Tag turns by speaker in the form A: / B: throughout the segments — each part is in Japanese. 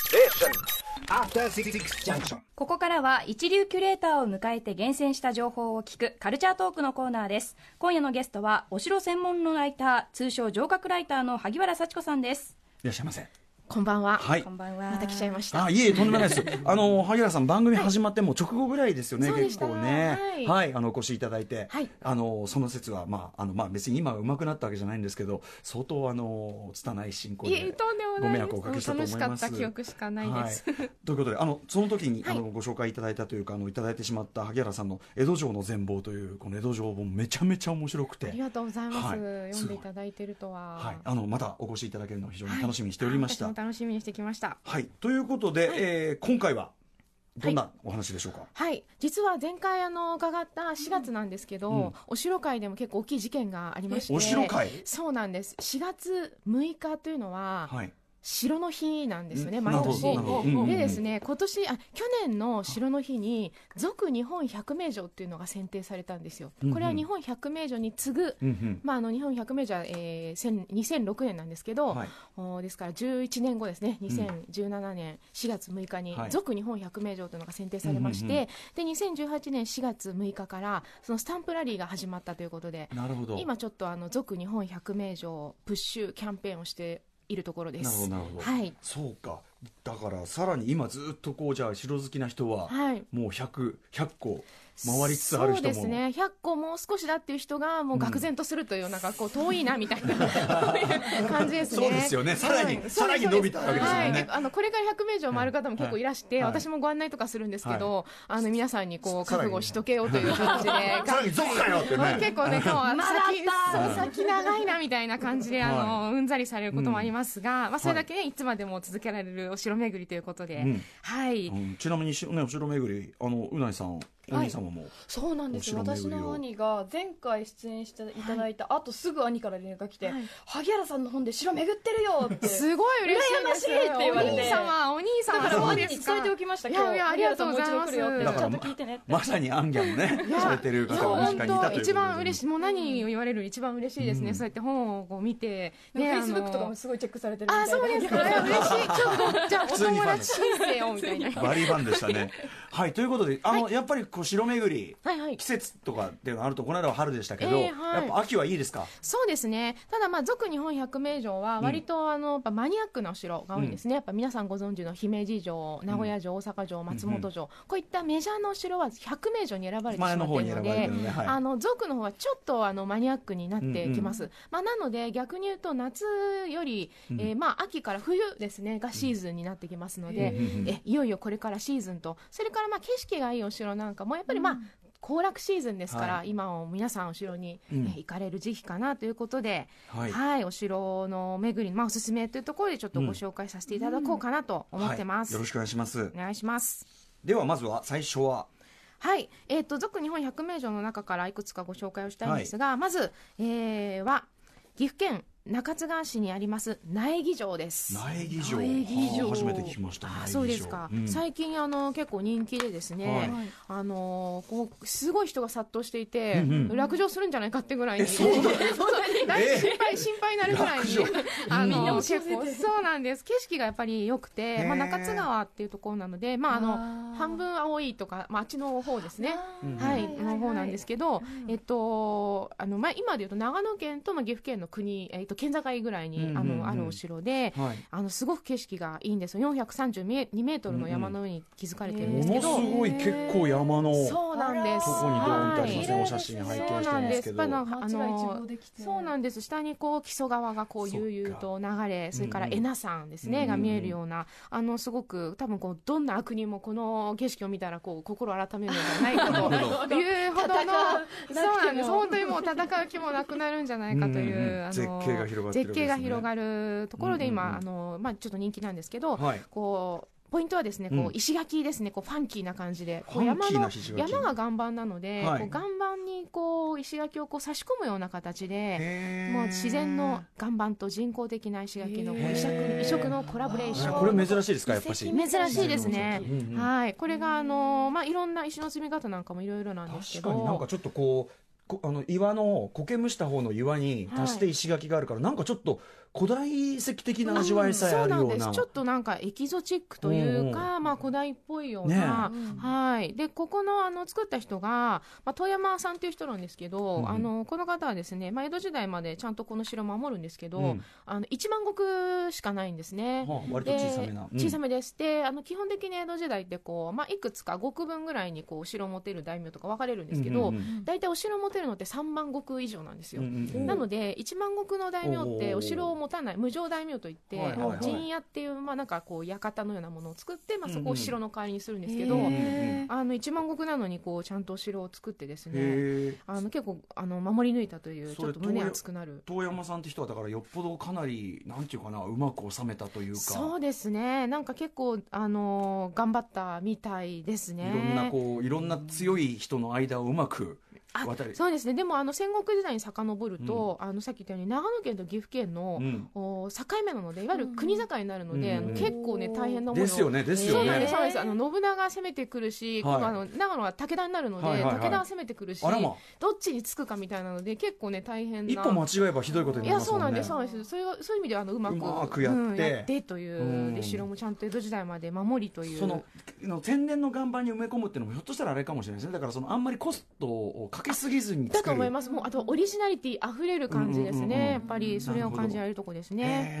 A: Station. After Six Junction.
B: ここからは一流キュレーターを迎えて厳選した情報を聞くカルチャートークのコーナーです今夜のゲストはお城専門のライター通称城郭ライターの萩原幸子さんです
C: いらっしゃいませ。
D: こんばんは。
C: はい
B: こんばんは
D: また来ちゃいました。
C: あ、いえいえ、とんでもないです。あの、萩原さん、番組始まってもう直後ぐらいですよね、
D: そうでし
C: 結
D: た
C: 構ね。
D: はい
C: はい、あの、お越しいただいて
D: はい。
C: あの、その説は、まあ、あの、まあ、別に今は上手くなったわけじゃないんですけど、相当、あの、拙い進行
D: いえ、
C: で。
D: とんでも
C: ご
D: な
C: 迷
D: いです。
C: 惑をおかけしたと思います。
D: 楽しかった記憶しかないです。
C: はい。ということで、あの、その時に、
D: は
C: あ
D: い
C: の、ご紹介いただいたというか、あの、いただいてしまった萩原さんの江戸城の全貌という、この江戸城本、めちゃめちゃ面白く
D: あ
C: て
D: り。がとうございます。
C: はい
D: 読んでいただいてるとは。
C: はい、あの、またお越しいただけるのを非常に楽しみにしておりました
D: はい私。も楽しみにしてきました。
C: はい、ということで、えー今回は。どんなお話でしょうか。
D: はい実は前回あの伺った4月なんですけど、
C: うん
D: お城会でも結構大きい事件がありまして
C: お城会。
D: そうなんです4月6日というのは
C: はい。
D: 城の日なんですよね
C: うん
D: 毎
C: な
D: 年
C: るほどなるほど
D: でですね今年あ去年の城の日に俗日本百名城っていうのが選定されたんですよ
C: うんうん
D: これは日本百名城に次ぐ
C: うんうん。
D: まあ、あの日本百名城は、えー、1000 2006年なんですけど、
C: はい。
D: おーですから11年後ですね、2017年4月6日に
C: は、い
D: 続日本百名城というのが選定されまして、
C: うんうんう
D: で2018年4月6日から、そのスタンプラリーが始まったということで、
C: なるほど。
D: 今ちょっとあの続日本百名城プッシュキャンペーンをしているところで
C: なるほど
D: す。
C: なるほど。
D: はい
C: そうか。だからさらに今ずっとこうじゃあ城好きな人は、
D: はい
C: もう100 100個回りつつある人も。
D: そうですね100個もう少しだっていう人がもう愕然とするという、なんかこう遠いなみたいなこういう感じですね
C: そうですよねさらに
D: はい
C: さらに伸びたわけですもんね
D: はいであのこれから100名城回る方も結構いらして、
C: はい
D: 私もご案内とかするんですけど、あの皆さんにこう覚悟しとけよという感じ で
C: さらに続かよって
D: はい
C: ね。
D: 結構ね、今日は
B: まだあ
D: 先そう先長いなみたいな感じで、あの、
C: は
D: うんざりされることもありますが、まあ、それだけね、いつまでも続けられるお城巡りということで、
C: うん
D: はい、
C: うんちなみにしねお城巡りあのうないさんお兄様も、
E: そうなんですよ
C: お城
E: 私
C: 巡りを
E: の兄が前回出演していただいた、あとすぐ兄から連絡が来て、萩原さんの本で城巡ってるよって
D: すごい嬉しいです。
E: 羨ましいって言われて
D: お兄様、お兄
E: だ
D: 様、
E: からも
D: そ
E: う
D: う
E: 兄
D: で
E: に
D: すか
E: 伝えておきました
D: い
E: 今
D: やい
E: 日
D: や、ありがとうございます。
E: 萩原さんもう一度来るよってちゃんと
C: だ
E: 聞いてねって
C: まさにアンギャンをねされてる方がお身近にいたということで
D: 一番嬉しい、もう何を言われる一番嬉しいですね。
C: うん
D: そうやって本をこう見て、
E: フ
D: ね、
E: ェイスブックと
D: あ
E: かも
D: の
E: すごいチェックされてるみ
D: あ、
E: たいな
D: そうですか。いや嬉しい。ちょっと、じゃあ、お
C: 通にフ
D: 友
C: ァンで
D: 達
C: す
D: 申請をみ たいな。
C: バリーファンでしたね。はいということであの、やっぱりこう城巡り
D: はいはい
C: 季。節とかっていうのあるとこの間は春でしたけど、
D: えーはい
C: やっぱ秋はいいですか。
D: そうですね。ただまあ俗日本百名城は割とあのやっぱマニアックなお城が多いんですね。やっぱ皆さんご存知の姫路城、名古屋城、大阪城、松本城、こういったメジャーのお城は百名城に選ばれて
C: 前
D: しまって
C: の方
D: い
C: に
D: るの
C: 選ばれて
D: で
C: る、ので、はい
D: あの族の方はちょっとあのマニアックになってきます、まあ、なので逆に言うと夏より、えーまあ、秋から冬ですねがシーズンになってきますので、
C: うん
D: えいよいよこれからシーズンとそれからまあ景色がいいお城なんかもやっぱりまあ、行楽シーズンですから、
C: は
D: 今を皆さんお城に、
C: うん
D: えー行かれる時期かなということで、
C: は
D: はいい、お城の巡り、まあ、おすすめというところでちょっとご紹介させていただこうかなと思ってます。
C: はいよろしくお願いします
D: お願いします。
C: ではまずは最初は
D: はい、えっ、と、続日本百名城の中からいくつかご紹介をしたいんですが、まず、えー、は、岐阜県中津川市にあります苗木城です。
C: 苗木城
E: 苗木城
C: はあ初めて聞きました苗
D: あ
C: 木城
D: そうですか、
C: ん
D: 最近あの結構人気でですね、
C: はい
D: あのこうすごい人が殺到していて、
C: うんうん
D: 落城するんじゃないかってぐらいに
C: えそうなの
D: だいぶ心配心配になるぐらいに
C: 落城
D: あ
C: みんな
D: の
E: 押し寄
D: 結
E: せて
D: 構そうなんです景色がやっぱり良くて、まあ、
C: へー
D: 中津川っていうところなので、まあ、あの
E: あー
D: 半分青いとか、まあ、あっちの方ですね
C: うん
D: はい、の方なんですけど、えっと、あの、まあ、今でいうと長野県とまあ岐阜県の国、えっと、県境ぐらいに、
C: うん
D: あ
C: うんうん
D: の、あるお城で、
C: はい
D: あの、すごく景色がいいんですよ。432メートルの山の上に築かれてるんです
C: も
D: け
C: の
D: ど、
C: すごい結構山のと
D: そうなんです。
C: こにドーンとありますね
E: はい
C: お写真
D: は
C: 拝
D: い
C: 見
D: そう
C: して
D: な
C: るんで
D: んです
C: け
D: す。やっぱり
C: ど
D: なんかあ
E: 街が一望
D: の、
E: できて
D: そうなんです下にこう木曽川がこう
C: そっか
D: 悠々と流れそれから
C: うんうん
D: 恵那山です
C: うん
D: ね
C: うん
D: が見えるようなあのすごく多分こうどんな悪人もこの景色を見たらこう心を改めるのではないかという ほどのそうなんです本当にもう戦う気もなくなるんじゃないかという
C: うんうんうん
D: あの
C: 絶景が広がってるわけですね
D: 絶景が広がるところで
C: うんうんうん
D: 今あのまあちょっと人気なんですけど
C: はい
D: こうポイントはですねこ
C: うん
D: う石垣ですねこうファンキーな感じでこう
C: ファンキ
D: 山
C: ーな
D: の
C: 石垣
D: 山が岩盤なので
C: はい
D: こう岩盤にこう石垣をこう差し込むような形で
C: へー
D: もう自然の岩盤と人工的な石垣のこう移
C: へー
D: 植移植のコラボレーシ
C: あ
D: ョン
C: これ珍しいですかやっぱし
D: 珍しいですね
C: うんうん。
D: はい、これがあのまあいろんな石の積み方なんかもいろいろなんですけ
C: 確
D: ど。
C: かになんかちょっとこうこあの岩の苔むした方の岩に足して石垣があるから、なんかちょっと古代遺跡的な味わいさえあるよ
D: そううな
C: なん
D: ですちょっとなんかエキゾチックというか、まあ、古代っぽいような、はい、でここのあの作った人が、まあ、遠山さんという人なんですけど、
C: うん
D: あのこの方はですね、まあ、江戸時代までちゃんとこの城を守るんですけど、
C: うん
D: あの1万石しかないんですね。
C: はあ割と
D: で
C: 小さめな、うん
D: 小さめですであの基本的に江戸時代ってこう、まあ、いくつか極分ぐらいにこうお城を持てる大名とか分かれるんですけど、
C: うんうんうん
D: 大体お城を持てるのって3万石以上なんですよ。
C: うんうんうん
D: なので一万石の大名って
C: おー
D: お城を持たない無常大名といって
C: はいはいはい
D: 陣屋っていうまあなんかこう館のようなものを作ってまあ
C: うんうん
D: そこを城の代わりにするんですけ
E: へ
D: ど
E: ー
D: あの一万石なのにこうちゃんとお城を作ってですね
C: へえ
D: あの結構あの守り抜いたという
C: そ
D: ち
C: れ
D: ょっと胸熱くなる。
C: 遠山さんって人はだからよっぽどかなりなんていうかなうまく収めたというか
D: そうですねなんか結構あの頑張ったみたいですね
C: いろんなこういろんな強い人の間をうまく
D: あ
C: 渡り
D: そうですねでもあの戦国時代に遡ると、あのさっき言ったように長野県と岐阜県の、
C: うん
D: お境目なのでいわゆる国境になるので、
C: うん
D: あの結構ね大変なもの
C: ですよねです
D: そ
C: よ
D: うなんです、
C: ね
D: そうなんです。あの信長攻めてくるし、
C: はい
D: 今度あの長野は武田になるので、
C: はいはいはい
D: 武田は攻めてくるし、
C: あらま
D: どっちにつくかみたいなので結構ね大変な。
C: 一歩間違えばひどいことになり
D: いや
C: ます
D: そう
C: も
D: なんん
C: ね
D: ですそうなんですそういうそういう意味ではあのうまく
C: うまくやって
D: うんやってという、
C: うん
D: で城もちゃんと江戸時代まで守りという
C: そのの天然の岩盤に埋め込むっていうのもひょっとしたらあれかもしれないですねだからそのあんまりコストをかけすぎずに
D: だ
C: 作
D: と
C: る
D: 思いますもうあとオリジナリティあふれる感じですね、
C: うんうんうんうん
D: やっぱりそれを感じられるとこですね。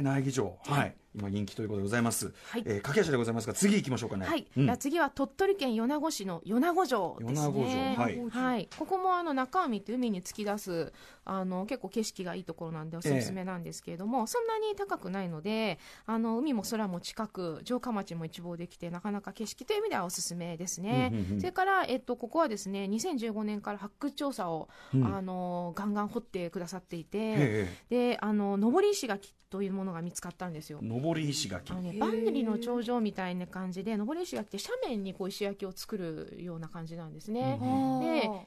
C: えー苗木城はい今人気ということでございます、
D: はい
C: えー駆け足でございますが次行きましょうかね
D: はい、
C: うん
D: じゃあ次は鳥取県米子市の米子城です
C: 米
D: ね。
C: 子城はい
D: はいここもあの中海って海に突き出すあの結構景色がいいところなんでおすすめなんですけれども、そんなに高くないのであの海も空も近く城下町も一望できてなかなか景色という意味ではおすすめですね。
C: うんうんうん
D: それから、えっと、ここはですね2015年から発掘調査を、
C: うん
D: あのガンガン掘ってくださっていて、
C: え
D: であの上り石垣というものが見つかったんですよ。
C: ー上り石垣
D: あのね、万里の長城みたいな感じで登り石垣って斜面にこう石垣を作るような感じなんですね。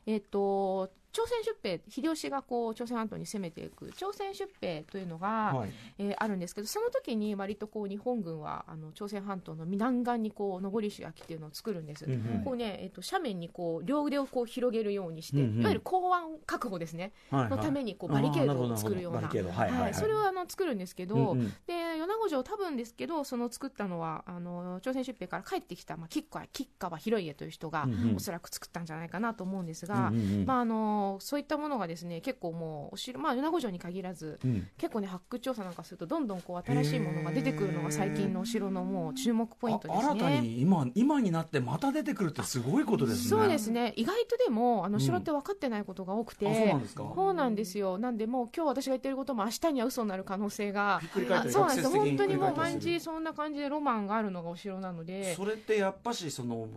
D: で、えっと朝鮮出兵秀吉がこう朝鮮半島に攻めていく朝鮮出兵というのが、
C: はい
D: えーあるんですけどその時に割とこう日本軍はあの朝鮮半島の南岸にこう上り石垣っていうのを作るんです。
C: うんうん
D: こうね、えっと斜面にこう両腕をこう広げるようにして、
C: うんうん
D: いわゆる港湾確保ですね、
C: はいはい
D: のためにこうバリケードを作るような
C: あーなるほどなるほどバリケードはいはいはい
D: それをあの作るんですけど、
C: うんうん
D: で米子城多分ですけどその作ったのはあの朝鮮出兵から帰ってきた、まあ、吉川吉川広家という人が、
C: うんうん
D: おそらく作ったんじゃないかなと思うんですが、
C: うんうんうん
D: まあ、あのそういったものがですね結構もうお城、まあ、米子城に限らず
C: うん
D: 結構ね発掘調査なんかするとどんどんこう新しいものが出てくるのが最近のお城のもう注目ポイントです
C: あ新た
D: ね。
C: に今今になってまた出てくるってすごいことですね
D: そうですね意外とでもあ
C: う
D: の
C: ん
D: 城って分かってないことが多くて、
C: あそうなんですか
D: そうなんですよ。なんでもう今日私が言ってることも明日には嘘になる可能性が。
C: くり返ったり
D: あそうなんですよ。
C: 学説的に
D: 本当にも
C: 繰
D: う
C: り返
D: 毎
C: ったりする
D: 日そんな感じでロマンがあるのがお城なので。
C: それってやっぱしその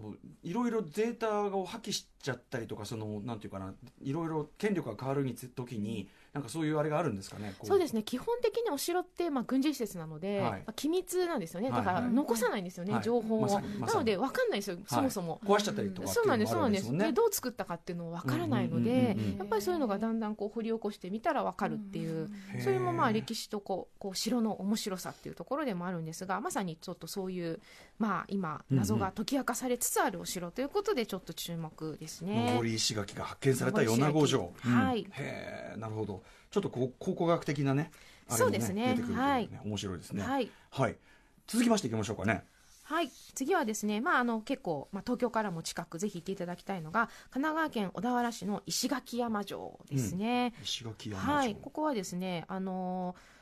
C: いろいろデータを破棄しちゃったりとかそのなんていうかないろいろ権力が変わるにつ時になんかそういうあれがあるんですかねこ
D: そうですね基本的にお城ってまあ軍事施設なので、
C: はい
D: まあ機密なんですよね、
C: はい
D: だから
C: はい
D: 残さないんですよね、
C: はい
D: 情報を、
C: まさにまさ
D: な
C: に
D: ので分かんないですよ、そもそも。
C: 壊しちゃったりとかって
D: そ
C: いうの
D: なん
C: も
D: です、そうな
C: あるん
D: んで
C: です
D: す。
C: もんね
D: で、どう作ったかっていうのも分からないので
C: うんうんうんうんうん、
D: やっぱりそういうのがだんだんこう掘り起こしてみたら分かるっていう、それもまあ歴史とこうこう城の面白さっていうところでもあるんですが、まさにちょっとそういう、まあ今、謎が解き明かされつつあるお城ということで、ちょっと注目ですね。
C: 上り石垣が発見された米子城、
D: 上り石垣はい
C: へえなるほどちょっとこう考古学的なねあれも
D: そうですね
C: 出てくるとうね
D: はい
C: 面白いですね
D: はい
C: はい続きましていきましょうかね
D: はい、次はですね、まあ、あの結構、まあ、東京からも近くぜひ行っていただきたいのが神奈川県小田原市の石垣山城ですね。
C: 石垣山城、
D: はい、ここはですね、あのー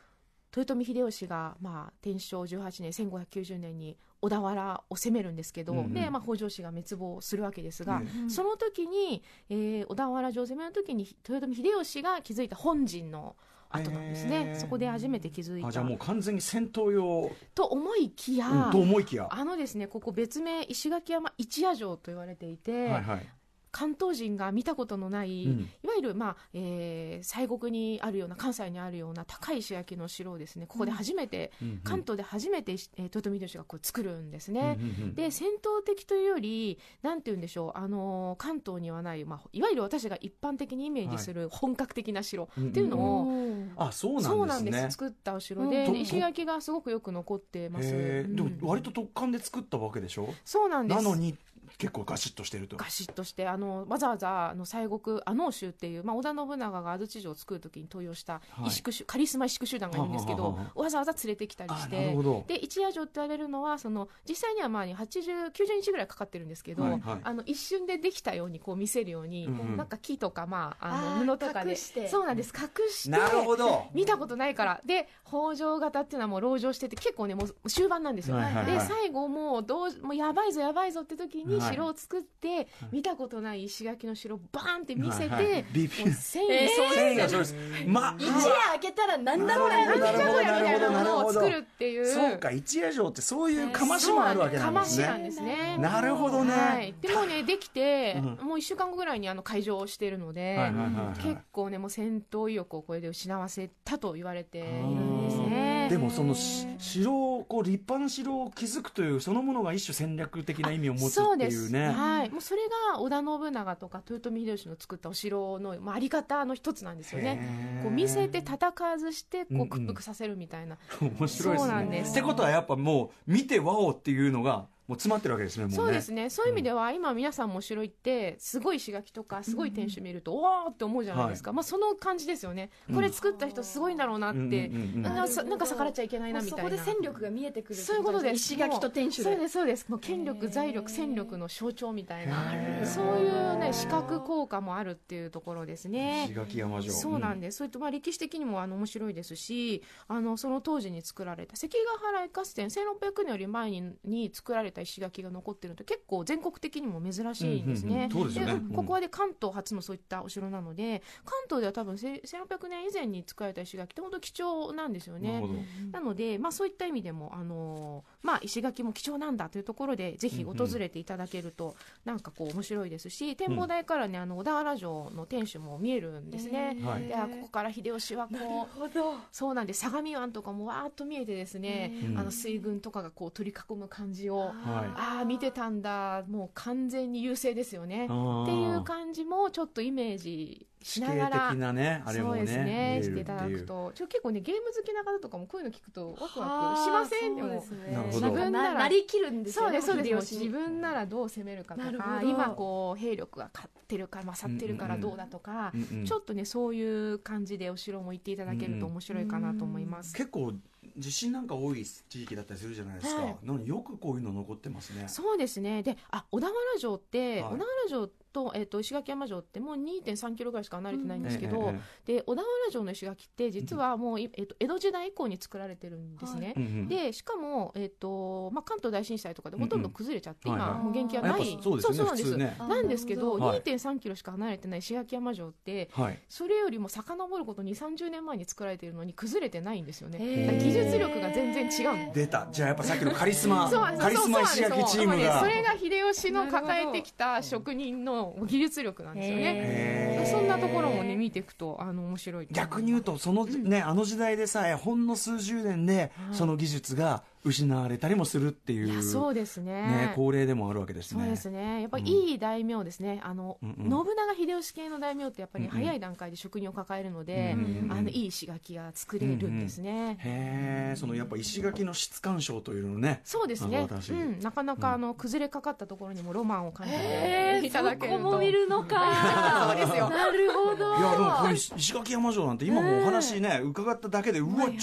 D: 豊臣秀吉が、まあ、天正18年1590年に小田原を攻めるんですけど、
C: うんうん
D: でまあ、北条氏が滅亡するわけですが、
C: ね
D: その時に、えー小田原城攻めの時に豊臣秀吉が築いた本陣の跡なんです
C: へ
D: ね
C: ー
D: そこで初めて気づい
C: あじゃあもう
D: た
C: 完全に戦闘用、
D: と思いきや、
C: うんと思いきや
D: あのですね、ここ別名石垣山一夜城と言われていて、
C: はいはい
D: 関東人が見たことのない、
C: うん
D: いわゆる、まあえー西国にあるような関西にあるような高い石垣の城をですねここで初めて、
C: うんうん
D: 関東で初めて、えー豊臣秀吉がこう作るんですね。
C: うんうんうん
D: で戦闘的というより、なんて言うんでしょう、あのー関東にはない、まあ、いわゆる私が一般的にイメージする本格的な城っていうのを、
C: あそう
D: そう
C: な
D: なん
C: んで
D: です
C: ね
D: 作ったお城で、
C: うん
D: で石垣がすごくよく残ってます。
C: へえ
D: うん
C: でも割と突貫で作ったわけでしょ
D: そうなんです
C: なのに結構ガシッとしてると
D: ガシッとしてあのわざわざあの西国阿能州っていう、まあ、織田信長が安土城を作る時に登用した
C: はい
D: 石工集、カリスマ石工集団がいるんですけ
C: はは
D: ど
C: はは
D: わざわざ連れてきたり
C: あ
D: し
C: なる
D: て
C: ほど
D: で一夜城って言われるのはその実際にはまあ8090日ぐらいかかってるんですけど、
C: はいはい
D: あの一瞬でできたようにこう見せるように、
C: うんうん
D: なんか木とか、まあ、
E: あ
D: あ
E: ー
D: の布とかで
E: 隠して
D: そうなんです隠して
C: なるほど
D: 見たことないからで北条型っていうのはもう籠城してて結構ねもう終盤なんですよ、
C: はいはいはい
D: で最後もうどうもうやばいぞやばいぞって時に
C: はい
D: 城を作って、見たことない石垣の城をバーンって見せて、
C: はいはいビビ
D: もう戦意
E: えー
C: 繊
D: 喪失
C: 維
D: で
C: がそうですまあ
E: 一夜開けたらなんだろう
C: な
E: な
C: る
E: み
C: ほ
E: た
C: ど
D: 何じゃこ
E: いな
D: りゃみたいなものを作るっていう
C: そうか一夜城ってそういうかましもあるわけなんです
D: かましなん
C: ね
D: ですね
C: なるほどね
D: はい、で もねできて、
C: う
D: もう1週間後ぐらいにあの会場をしているので、
C: はいはいはいはい
D: 結構ねもう戦闘意欲をこれで失わせたと言われている
C: うん
D: ですね
C: でもそのし城をこう立派な城を築くというそのものが一種戦略的な意味を持つ
D: そう
C: って
D: で
C: い
D: す
C: うね
D: はい、もうそれが織田信長とか豊臣秀吉の作ったお城の、まあ、あり方の一つなんですよね。
C: へー
D: こう見せて戦わずして
C: うん
D: こ
C: う
D: うん屈服させるみたいな、
C: 面白いです
D: そうな
C: ね
D: んです
C: ってことはやっぱもう見てワオっていうのがもう詰まってるわけですねもうね
D: そうですねそういう意味では今皆さんも城行ってすごい石垣とかすごい天守見ると、おおって思うじゃないですか、まあ、その感じですよねこれ作った人すごいんだろうなって、
C: うんうんうんうん
D: なんかさなんか逆らっちゃいけないな
E: もう
D: み
E: そ
D: たいな
E: こで戦力が見えてくるって
D: そういうことです
E: 石垣と天守
D: そう
E: で
D: ですそうですもう権
E: へ
D: 力
E: ー
D: 財力戦力の象徴みたいな
C: へー
D: そういうね視覚効果もあるっていうところです
C: 石
D: ね
C: 垣山城
D: そうなんです、それとまあ歴史的にもあの面白いですしあのその当時に作られた関ヶ原合戦1600年より前にに作られた石垣が残ってるのって結構全国的にも珍しいんですね、
C: うんうんうんそうですよねうん
D: ここはで関東初のそういったお城なので関東では多分せ1600年以前に作られた石垣って本当貴重なんですよ
C: なる
D: ね
C: ほど
D: なので、まあ、そういった意味でも、あのーまあ、石垣も貴重なんだというところでぜひ訪れていただけると、なんかこう面白いですし展望台からね、あの小田原城の天守も見えるんですね。
C: んはい
D: いやここから秀吉はこ
E: なる
D: う
E: ほど
D: そうなんで相模湾とかもわーっと見えてですね、
C: うん
D: あの水軍とかがこう取り囲む感じを
C: は
D: ああ見てたんだもう完全に優勢ですよね
C: あー
D: っていう感じもちょっとイメージ
C: 地
D: しなが
C: 形
D: ら
C: 的なねあれも
D: そうです
C: ね
D: ね
C: 見え
D: し
C: る
D: ていただくとちょ結構ねゲーム好きな方とかもこういうの聞くとワクワクしませんで
E: そう
D: も
E: ですね
C: なるほど
E: 自分ならなりきるんです
D: そ
E: よ
D: う
E: ね
D: ですそうですもう
E: 秀吉
D: 自分ならどう攻めるかと
E: なる
D: か
E: ほど
D: 今こう兵力が勝ってるか勝ってるから
C: うんうんうん
D: どうだとか
C: うんうん
D: ちょっとねそういう感じでお城も行っていただけると面白いかなと思います
C: 結構地震なんか多い地域だったりするじゃないですか、
D: はい
C: なのによくこういうの残ってますね
D: そうですね。で、あ、小田原城っ
C: はい
D: て、小田原城と、えっ、と、石垣山城ってもう2.3キロぐらいしか離れてないんですけど、
C: えええ
D: で、小田原城の石垣って実はもうい、えっ、と、江戸時代以降に作られてるんですね。
C: えうんうん
D: で、しかも、えっ、と、まあ、関東大震災とかでほとんど崩れちゃって、
C: うんうん
D: 今、
C: はいはい
D: もう元気は
C: あや
D: な
C: っぱ
D: い。
C: そうですよね
D: そうなんで
C: 普通
D: す。
C: ね
E: あ
D: なんですけど、
C: はい
D: 2.3キロしか離れてない石垣山城って、
C: はい
D: それよりも遡ること2、30年前に作られてるのに崩れてないんですよ
E: へ
D: ね。
E: ー
D: だから技術力が全然違うの。
C: 出たじゃあやっぱさっきのカリスマ
D: そうなんです
C: カリスマ
D: そう
C: 石
D: なんで
C: 焼
D: す
C: チームが
D: そうなんですそれが秀吉の抱えてきた職人の技術力なんですよね。
C: へー
D: そんなところもね見ていくとあの面白いと思います
C: 逆に言うとそのね、あの時代でさえほんの数十年で
D: い
C: その技術が失われたりもするっていう
D: いやそうですね
C: ね恒例でもあるわけです
D: そう
C: ね
D: ですねやっぱりいい大名ですね、あの
C: うんうん
D: 信長秀吉系の大名ってやっぱり
C: うんうん
D: 早い段階で職人を抱えるので、
C: うんうんうん
D: あのいい石垣が作れるんですね。
C: へえそのやっぱ石垣の質感賞というのね
D: そうですね、
C: あの私
D: うん、なかなかあの崩れかかったところにもロマンを感じ
E: え
D: てい
E: ー
D: ただける
E: そ
D: と、
E: こも見るのかそうですよなるほ ど
C: いやでもこれ石石垣山城なんて今もうお話ね伺っただけでうわ、
E: はいはい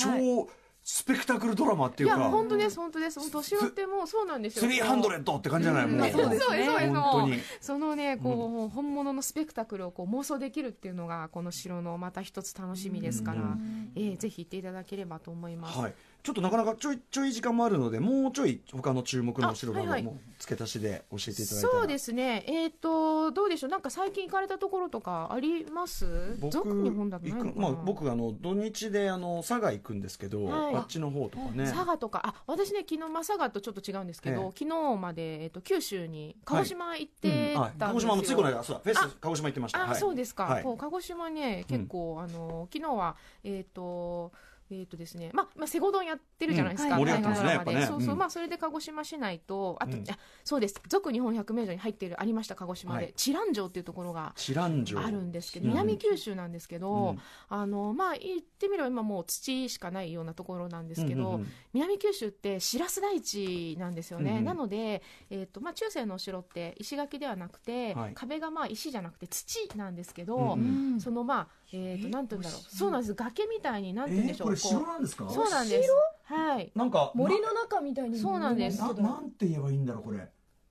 C: 超スペクタクルドラマって
D: い
C: いう
D: や
C: か
D: 本当です本当ですもう年寄ってもうそうなんですよ
C: 300って感じじゃない、もう
D: そうですそうですそうです
C: 本当に
D: そのねこう、本物のスペクタクルをこう妄想できるっていうのがこの城のまた一つ楽しみですから、えーぜひ行っていただければと思います。
C: はいちょっとなかなかちょいちょい時間もあるのでもうちょい他の注目のお城な
D: あはいは
C: ど
D: い
C: も付け足しで教えていただいたら
D: そうですね、えー、とどうでしょう、なんか最近行かれたところとかあります、
C: 僕
D: 俗に本だとないの
C: 行く
D: か
C: ま
D: な、
C: あ、僕あの土日であの佐賀行くんですけど、
D: はい
C: あっちの方とかね
D: 佐賀とか、あ私ね、昨日まあ佐賀とちょっと違うんですけど、
C: ええ
D: 昨日まで、えー、と九州に鹿児島行って
C: うんはい
D: た
C: 鹿
D: ん
C: 児
D: ですよ、
C: 島もついこの間そうだフェ
D: あ
C: ス鹿児島行ってました
D: あ、
C: はい
D: そうですか、
C: はい
D: こう鹿児島ね結構、あの昨日はえっ、とえーとですねまあまあ、セゴドンやってるじゃないですか、
B: うん
C: 盛り上がってますね
D: 大河ドラマで
C: やっぱ
D: そ
C: ね
D: うそう
C: うん
D: まあ、それで鹿児島市内と、あと、
C: うん
D: あそうです、続日本百名城に入っている、ありました鹿児島
C: は
D: で、知覧城っていうところが
C: 知らんじょ
D: あるんですけど、
C: うん
D: 南九州なんですけど、
C: うん
D: あのまあ、言ってみれば、今もう土しかないようなところなんですけど、
C: うんうんうん
D: 南九州ってシラス台地なんですよね、
C: うんうん
D: なので、えーとまあ、中世のお城って石垣ではなくて、
C: はい
D: 壁がまあ石じゃなくて土なんですけど、
C: うん
E: うん
D: そのまあ、えー、となんて言うんだろう、
E: え
D: そうなんです、崖みたいになんて言うんでしょう、こう
A: なんですか
D: そうなんです、はい、
C: なんか
E: 森の中みたいに
D: そうなんです
E: 見えます
A: んて言えばいいんだろうこれ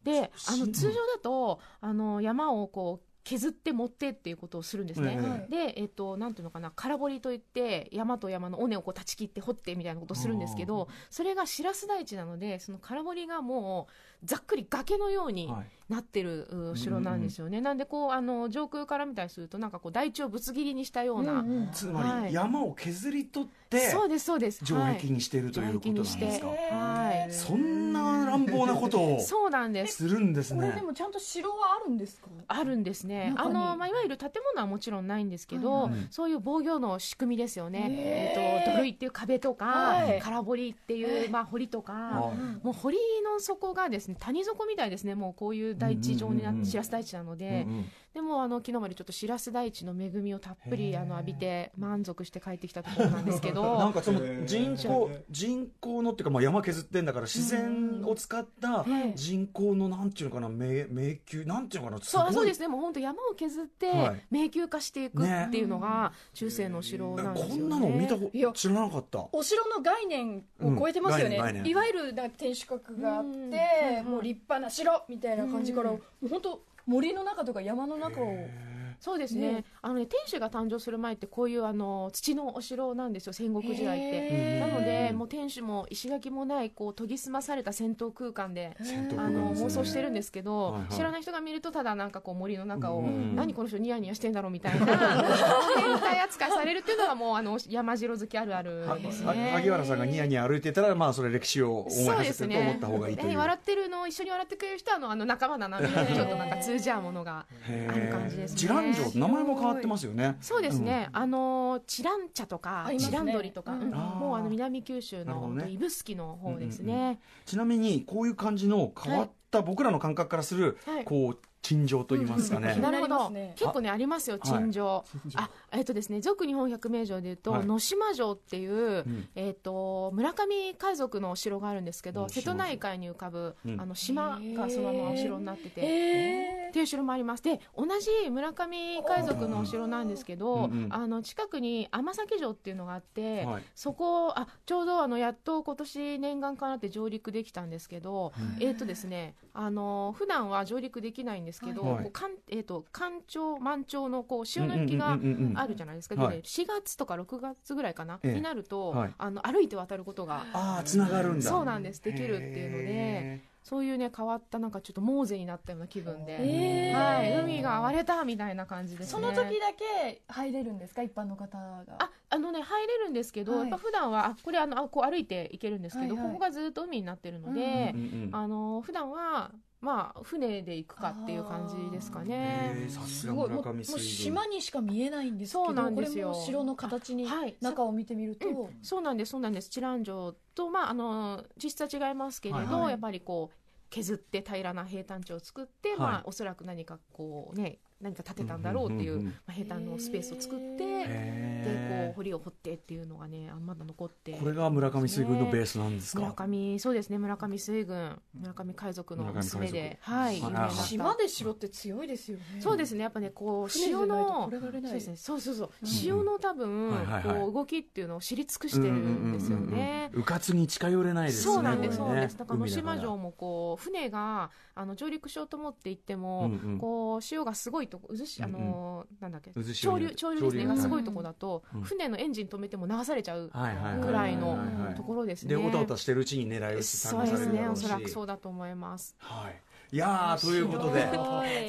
D: であの
A: し
D: 通常だとあの山をこう削って持ってっていうことをするんですね。
C: ええ
E: はい
D: で、えっと、なんていうのかな、空掘りといって、山と山の尾根をこう断ち切って掘ってみたいなことをするんですけど、それがシラス台地なので、その空掘りがもう、ざっくり崖のように
C: はい
D: なってるう城なんですよね。なんで、こう、あの、上空から見たりすると、なんかこう、台地をぶつ切りにしたような。
E: うんうん
C: つま
D: は
C: り
D: い
C: 山を削り取って
D: そうです、そうです。
C: 城壁にしているということなんで
D: 城
C: す
D: 壁
C: か、
D: に
E: して
D: はい。はい。
C: そんな乱暴なことを
D: そうなんです。
C: するんです
E: これ
C: ね
E: でもちゃんと城はあるんですか
D: あるんですね。あ
E: 中に
D: の、まあ、いわゆる建物はもちろんないんですけど、
C: はいはい
D: そういう防御の仕組みですよね。えっ、
E: へー
D: と、土塁っていう壁とか、
E: はい
D: 空堀っていう、まあ、堀とか、
C: はい
D: もう堀の底がですね、谷底みたいですね、もうこういう大地上にな
C: うんうんうんうん
D: シラス台地なので、
C: うんうん
D: でも、あの、昨日までちょっとシラス台地の恵みをたっぷ
C: へ
D: り、
C: ー
D: あの、浴びて、満足して帰ってきたところなんですけど、
C: なんかその
A: へー
C: 人工人工のっていうかまあ山削ってんだから自然を使った
D: はい
C: 人工のなんていうのかな迷迷宮なんていうのかな
D: そうあそうですすね、もう本当山を削って
C: はい
D: 迷宮化していく
C: ね
D: っていうのが中世の城
C: ごい
D: なんですよね。
C: こんなの見たこ
E: いや
C: 知らなかった
E: お城の概念を超えてますよね、
C: うん概念概念
E: いわゆるなんか天守閣があって、
D: うんはいはい
E: もう立派な城みたいな感じから、
D: うん
E: もう本当森の中とか山の中を、
D: そうですね
E: ね
D: あのね天守が誕生する前ってこういうあの土のお城なんですよ戦国時代って。
E: へ
D: な
E: ー
D: のでもう天守も石垣もないこう研ぎ澄まされた戦闘空間で。
C: 戦闘空
D: あ
C: 間
D: の
C: ですね
D: 妄想してるんですけど、
C: はいはい
D: 知らない人が見るとただなんかこう森の中を、
C: うん
D: 何この人ニヤニヤしてんだろうみた いな変態扱いされるっていうのがもうあの山城好きあるある
C: は
D: です
C: は
D: ね。
C: 萩原さんがニヤニヤ歩いてたらまあそれ歴史を思い
D: そう
C: 出
D: で
C: せ
D: す
C: ると思っ
D: ね
C: た方がいいという
D: で笑ってるのを一緒に笑ってくれる人はあのあの仲間だなみたいなちょっとなんか通じ合うものが
C: へー
D: ある感じですね
C: ジランジョ名前も変わってますよね
D: そうですね、あのチラン茶とか、
E: あります
D: チ
E: ね
D: ラン鳥とか、
E: うん
D: うん
C: あー
D: もうあの南九州
C: なるほど
D: の
C: ね
D: と指宿の方ですね、
C: うんうんちなみにこういう感じの変わった僕らの感覚からする
D: はい
C: こう陳情と言いますか
E: うんうん
C: ね
E: うん
D: なるほ
E: 気になりま
D: ど、
E: すね
D: 結構ねありますよ陳情、あえっ、とですね俗日本百名城でいうと、
C: はい
D: 野島城っていう、
C: ん
D: えっ、と村上海賊のお城があるんですけど
C: 野島
D: 瀬
C: 城
D: 戸内海に浮かぶ、
C: うん
D: あの島がそのままお城になってて、
E: え
D: っていう城もありますで同じ村上海賊のお城なんですけど、
C: うんうん
D: あの近くに尼崎城っていうのがあって、
C: はい
D: そこあちょうどあのやっと今年念願かなって上陸できたんですけど、えっ、とですねあの普段は上陸できないんですけど、
C: はい
D: こうかんえっ、と干潮満潮のこう潮の引きが
C: うんうんうんうんうん
D: あるじゃないですか、
C: はい
D: でね4月とか6月ぐらいかな、
C: ええ
D: になると、
C: はい
D: あの歩いて渡ることが
C: ああつながるんだ
D: そうなんですできるっていうので
C: へ
D: そういうね変わったなんかちょっとモーゼになったような気分で、
E: えー
D: はい、海が荒れたみたいな感じです、ね、
E: その時だけ入れるんですか一般の方が
D: ああのね入れるんですけど、
E: はい
D: やっぱ普段はあこれあのあこう歩いて行けるんですけど、
E: はいはい
D: ここがずっと海になってるので、
E: うん
C: ーうんうん
D: あの普段はまあ船で行くかっていう感じですかね
C: へー。さす
E: す
C: が
E: ごい
C: 村
E: もうも
C: 上
E: う
C: 水
E: 島
C: 軍
E: にしか見えないんですけど
D: そうなんですよ
E: これも城の形に
D: はい
E: 中を見てみると、
D: そうなんですそうなんです。チラン城とまああの実質は違いますけれど、
C: はいはい
D: やっぱりこう削って平らな平坦地を作って、
C: はい
D: まあおそらく何かこうね何か建てたんだろうっていう,、
C: うんうんうんうん
D: まあ、平坦のスペースを作って。でこ
C: へ
D: う堀を掘ってっていうのがねあまだ残って
C: ーこれが村上水軍のベースなんです
D: 村
C: か
D: 上そうですね村上水軍村上海賊の
C: 村上海賊
D: 娘では
C: あ
D: い有
C: ら
D: 名な
E: 島で城って強いですよね
D: そうですねやっぱねこう
E: 船じ
D: 潮
E: ゃないと
D: の
E: これられ
D: そう
E: ない
D: ですねそうそうそう
E: うん
D: 潮の多分
C: はいはいはい
D: こう動きっていうのを知り尽くしてるんですよね
C: うかつに近寄れないですね
D: そうなんです
C: こ
D: そう
C: れね
D: ですだから能島
C: 海だ
D: 城もこう船があの上陸しようと思って行っても
C: うんうん
D: こう潮がすごいとこ渦しあのなんだっけ
C: 渦潮
D: 潮
C: に
D: 流潮流ですね
C: 潮流
D: がすごいとこだと
C: うん
D: 船のエンジン止めても流されちゃう
C: はいはいはい
D: ぐらい
C: は
D: の
C: いはいはい
D: ところですね
C: でおたおたしてるうちに狙い撃ち参
D: そう
C: 加
D: で
C: され
D: す
C: るだ
D: ね
C: ろ
D: お
C: うし
D: そらくそうだと思います
C: はいいやーという ことで。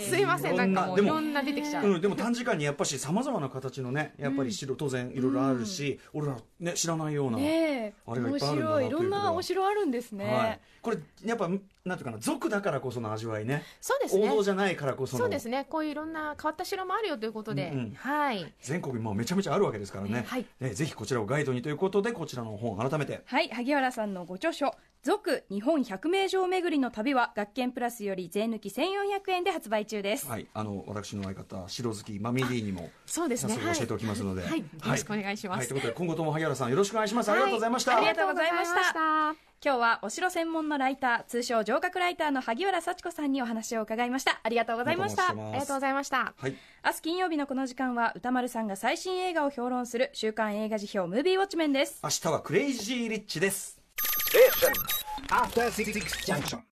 D: すいませんなんかもう
C: で
D: い
C: も
D: ろんな出てきちゃう、
C: うん、でも短時間にやっぱしさまざまな形のねやっぱり城当然いろいろあるし、俺ら、ね、知らないような、
E: ねえ
C: あれがい
E: 面
C: っぱいあるんだな
E: 白いい
C: というこ
E: ろん
C: と
E: な
C: で
E: お城あるんですね、
C: はい、これやっぱなんていうかな族だからこその味わいね
D: そうですね
C: 王道じゃないからこその
D: そうですねこういういろんな変わった城もあるよということで、
C: うんうん
D: はい
C: 全国にもうめちゃめちゃあるわけですからね,、
D: はい
C: ねぜひこちらをガイドにということでこちらの本改めて
B: はい、萩原さんのご著書「続日本百名城巡りの旅」は学研プラスより税抜き1400円で発売中です。
C: はい、あの私の相方白好きマミリーにも
D: そうです
C: 早
D: ね
C: 速教えておきますので、
D: はいはいよろしくお願いします
C: はいということで今後とも萩原さんよろしくお願いします。ありがとうございました。
B: ありがとうございました
D: ありがとうございまし
B: 今日はお城専門のライター通称城郭ライターの萩原幸子さんにお話を伺いましたありがとうございました
C: どうも
D: た
C: お
D: あり
C: 世話し
D: が
C: てます
D: とうございました
C: はい、
B: 明日金曜日のこの時間は歌丸さんが最新映画を評論する週刊映画辞表ムービーウォッチメンです
C: 明日はクレイジーリッチです。
A: After Six Junction.